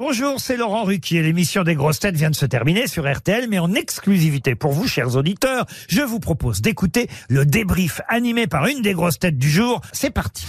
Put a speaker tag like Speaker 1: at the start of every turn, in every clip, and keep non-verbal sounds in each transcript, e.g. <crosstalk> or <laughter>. Speaker 1: Bonjour, c'est Laurent Ruquier. L'émission des grosses têtes vient de se terminer sur RTL, mais en exclusivité pour vous, chers auditeurs, je vous propose d'écouter le débrief animé par une des grosses têtes du jour. C'est parti.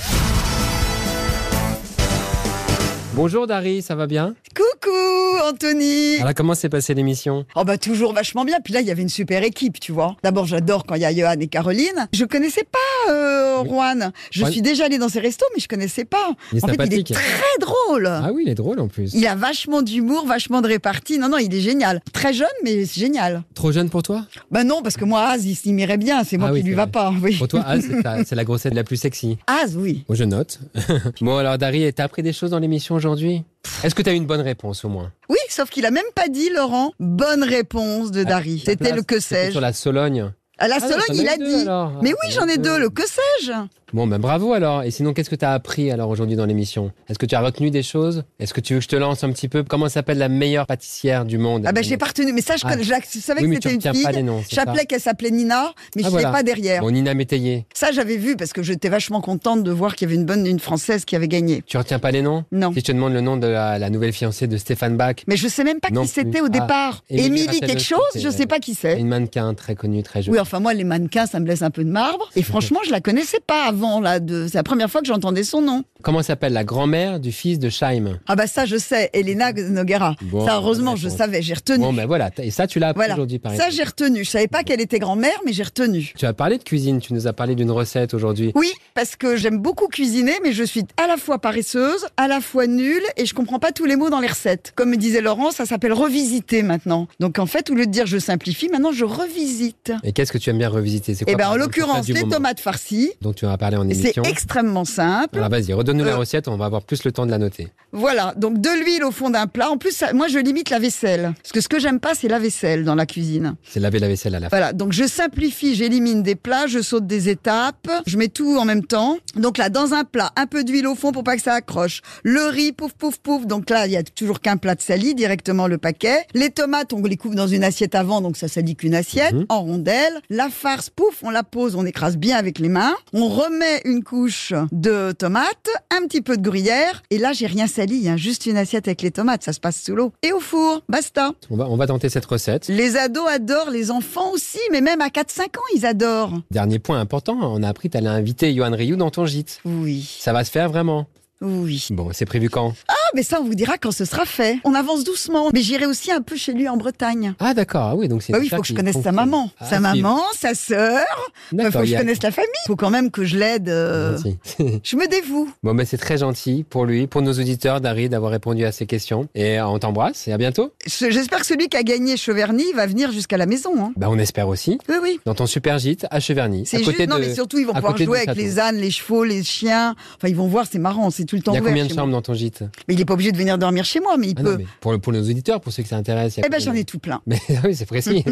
Speaker 2: Bonjour Dari, ça va bien
Speaker 3: Coucou Anthony
Speaker 2: Alors comment s'est passée l'émission
Speaker 3: Oh bah toujours vachement bien, puis là il y avait une super équipe, tu vois. D'abord j'adore quand il y a Johan et Caroline. Je connaissais pas euh,
Speaker 2: Oui.
Speaker 3: Juan. Je
Speaker 2: Ouais.
Speaker 3: suis déjà allée dans ses restos, mais je connaissais pas.
Speaker 2: Il est
Speaker 3: en fait il est
Speaker 2: sympathique.
Speaker 3: très drôle
Speaker 2: Ah oui, il est drôle en plus.
Speaker 3: Il a vachement d'humour, vachement de répartie. Non, non, il est génial. Très jeune, mais c'est génial.
Speaker 2: Trop jeune pour toi
Speaker 3: Bah non, parce que moi, Az, il s'y m'irait bien. C'est moi
Speaker 2: Ah
Speaker 3: qui
Speaker 2: oui,
Speaker 3: lui
Speaker 2: c'est
Speaker 3: va
Speaker 2: vrai.
Speaker 3: pas. Oui.
Speaker 2: Pour toi, ah, c'est ta- c'est la grossette la plus sexy.
Speaker 3: Az, oui.
Speaker 2: Bon, je note. <laughs> bon alors Dari, t'as appris des choses dans l'émission aujourd'hui Est-ce que t'as eu une bonne réponse au moins
Speaker 3: Oui, sauf qu'il a même pas dit, Laurent, bonne réponse de Dari. C'était
Speaker 2: Ah, Place,
Speaker 3: le que
Speaker 2: c'était
Speaker 3: sais-je.
Speaker 2: Sur la Sologne.
Speaker 3: À la
Speaker 2: Ah,
Speaker 3: Sologne,
Speaker 2: t'en as
Speaker 3: il
Speaker 2: eu
Speaker 3: a
Speaker 2: deux,
Speaker 3: dit.
Speaker 2: alors. Ah,
Speaker 3: Mais
Speaker 2: t'en
Speaker 3: oui,
Speaker 2: as
Speaker 3: j'en ai
Speaker 2: deux.
Speaker 3: deux, le que sais-je.
Speaker 2: Bon, ben bravo alors. Et sinon, qu'est-ce que t'as appris alors aujourd'hui dans l'émission Est-ce que tu as retenu des choses Est-ce que tu veux que je te lance un petit peu Comment s'appelle la meilleure pâtissière du monde
Speaker 3: Ah ben, j'ai pas retenu, mais ça, je,
Speaker 2: Ah.
Speaker 3: connais- je la- je savais
Speaker 2: Oui,
Speaker 3: que
Speaker 2: mais tu
Speaker 3: c'était une
Speaker 2: retiens pas les
Speaker 3: fille.
Speaker 2: noms. c'est ça
Speaker 3: J'appelais qu'elle s'appelait Nina,
Speaker 2: Ah,
Speaker 3: mais je ne
Speaker 2: voilà.
Speaker 3: l'ai pas derrière.
Speaker 2: Bon, Nina Métayer.
Speaker 3: Ça, j'avais vu parce que j'étais vachement contente de voir qu'il y avait une bonne, une française qui avait gagné.
Speaker 2: Tu retiens pas les noms
Speaker 3: Non.
Speaker 2: Si je te demande le nom de la, la nouvelle fiancée de Stéphane Bach,
Speaker 3: Mais je sais même pas
Speaker 2: Non
Speaker 3: qui
Speaker 2: plus.
Speaker 3: c'était au
Speaker 2: Ah,
Speaker 3: départ.
Speaker 2: Émilie
Speaker 3: Émilie
Speaker 2: Ratajkowski,
Speaker 3: quelque chose, je
Speaker 2: euh,
Speaker 3: sais pas qui
Speaker 2: Et
Speaker 3: c'est.
Speaker 2: Une mannequin très connue, très jolie.
Speaker 3: Eh. Oui, enfin moi les mannequins, ça me laisse un peu de marbre.
Speaker 2: <laughs>
Speaker 3: Et franchement, je la connaissais pas avant là. De... C'est la première fois que j'entendais son nom.
Speaker 2: Comment s'appelle la grand-mère du fils de Scheim
Speaker 3: Ah bah ça, je sais, Elena Noguera.
Speaker 2: Bon,
Speaker 3: ça, heureusement,
Speaker 2: bonne
Speaker 3: je
Speaker 2: réponse.
Speaker 3: savais, j'ai retenu.
Speaker 2: Bon, ben voilà. Et ça, tu l'as appris
Speaker 3: Voilà.
Speaker 2: aujourd'hui, par
Speaker 3: ça,
Speaker 2: exemple.
Speaker 3: j'ai retenu. Je savais pas qu'elle était grand-mère, mais j'ai retenu.
Speaker 2: Tu as parlé de cuisine, tu nous as parlé d'une recette aujourd'hui.
Speaker 3: Oui, parce que j'aime beaucoup cuisiner, mais je suis à la fois paresseuse, à la fois nulle, et je comprends pas tous les mots dans les recettes. Comme me disait Laurent, ça s'appelle revisiter maintenant. Donc en fait, au lieu de dire je simplifie, maintenant je revisite.
Speaker 2: Et qu'est-ce que tu aimes bien revisiter C'est quoi
Speaker 3: Eh ben
Speaker 2: par
Speaker 3: en
Speaker 2: exemple, le plat
Speaker 3: l'occurrence,
Speaker 2: du
Speaker 3: les
Speaker 2: moment
Speaker 3: tomates farcies,
Speaker 2: Donc tu en as parlé en
Speaker 3: c'est
Speaker 2: émission.
Speaker 3: extrêmement simple.
Speaker 2: Alors vas-y, redonne-nous la
Speaker 3: Euh.
Speaker 2: recette, on va avoir plus le temps de la noter.
Speaker 3: Voilà, donc de l'huile au fond d'un plat. En plus, ça- moi, je limite la vaisselle. Parce que ce que j'aime pas, c'est la vaisselle dans la cuisine.
Speaker 2: C'est laver la vaisselle à la fin.
Speaker 3: Voilà, donc je simplifie, j'élimine des plats, je saute des étapes, je mets tout en même temps. Donc là, dans un plat, un peu d'huile au fond pour pas que ça accroche. Le riz, pouf, pouf, pouf. Donc là, il y a toujours qu'un plat de sali, directement le paquet. Les tomates, on les coupe dans une assiette avant, donc ça salit qu'une assiette,
Speaker 2: Mhm.
Speaker 3: en rondelles. La farce, pouf, on la pose, on écrase bien avec les mains. On remet une couche de tomates, un petit peu de gruyère. Et là, j'ai rien sali, hein, juste une assiette avec les tomates, ça se passe sous l'eau. Et au four, basta.
Speaker 2: On va, on va tenter cette recette.
Speaker 3: Les ados adorent, les enfants aussi, mais même à 4-5 ans, ils adorent.
Speaker 2: Dernier point important, hein, on a appris que tu allais inviter Johan Rioux dans ton gîte.
Speaker 3: Oui,
Speaker 2: Ça va se faire vraiment.
Speaker 3: oui.
Speaker 2: Bon, c'est prévu quand
Speaker 3: Ah, mais ça, on vous dira quand ce sera fait. On avance doucement, mais j'irai aussi un peu chez lui en Bretagne.
Speaker 2: Ah d'accord, ah oui, donc c'est...
Speaker 3: Bah
Speaker 2: une
Speaker 3: oui, il faut
Speaker 2: affaire
Speaker 3: que je
Speaker 2: qui
Speaker 3: connaisse sa
Speaker 2: fonctionne.
Speaker 3: maman.
Speaker 2: Ah,
Speaker 3: sa
Speaker 2: si.
Speaker 3: maman, sa sœur, il faut
Speaker 2: D'accord, il
Speaker 3: que
Speaker 2: y
Speaker 3: je
Speaker 2: a- Ah,
Speaker 3: connaisse la famille. Il faut quand même que je l'aide. euh,
Speaker 2: Gentil.
Speaker 3: Je me dévoue.
Speaker 2: Bon, ben c'est très gentil pour lui, pour nos auditeurs, Dari, d'avoir répondu à ces questions. Et euh, on t'embrasse et à bientôt.
Speaker 3: Ce- J'espère que celui qui a gagné Cheverny va venir jusqu'à la maison. hein.
Speaker 2: Ben, on espère aussi.
Speaker 3: Oui, oui.
Speaker 2: Dans ton super gîte à Cheverny.
Speaker 3: C'est
Speaker 2: à
Speaker 3: juste,
Speaker 2: côté
Speaker 3: non,
Speaker 2: de-
Speaker 3: mais surtout, ils vont
Speaker 2: à
Speaker 3: pouvoir
Speaker 2: côté
Speaker 3: jouer
Speaker 2: du
Speaker 3: avec
Speaker 2: château.
Speaker 3: les ânes, les chevaux, les chiens. Enfin, ils vont voir, c'est marrant, c'est tout le temps
Speaker 2: Il y a
Speaker 3: ouvert
Speaker 2: combien de
Speaker 3: chez
Speaker 2: chambres
Speaker 3: moi.
Speaker 2: dans ton gîte
Speaker 3: Mais il est pas obligé de venir dormir chez moi, mais il
Speaker 2: Ah non,
Speaker 3: peut.
Speaker 2: mais pour, le- pour nos auditeurs, pour ceux que ça intéresse. il y a
Speaker 3: Eh ben,
Speaker 2: combien
Speaker 3: j'en ai tout plein.
Speaker 2: Mais <laughs> ah oui, c'est
Speaker 3: <laughs>
Speaker 2: précis.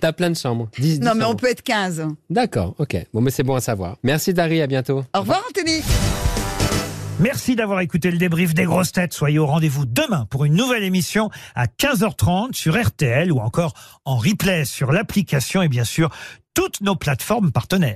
Speaker 2: T'as plein de chambres. 10,
Speaker 3: Non, mais on peut être 15.
Speaker 2: D'accord, ok. Bon, mais c'est bon à savoir. Merci, Dari, à bientôt.
Speaker 3: Au revoir, Anthony.
Speaker 1: Merci d'avoir écouté le débrief des grosses têtes. Soyez au rendez-vous demain pour une nouvelle émission à 15h30 sur RTL ou encore en replay sur l'application et bien sûr toutes nos plateformes partenaires.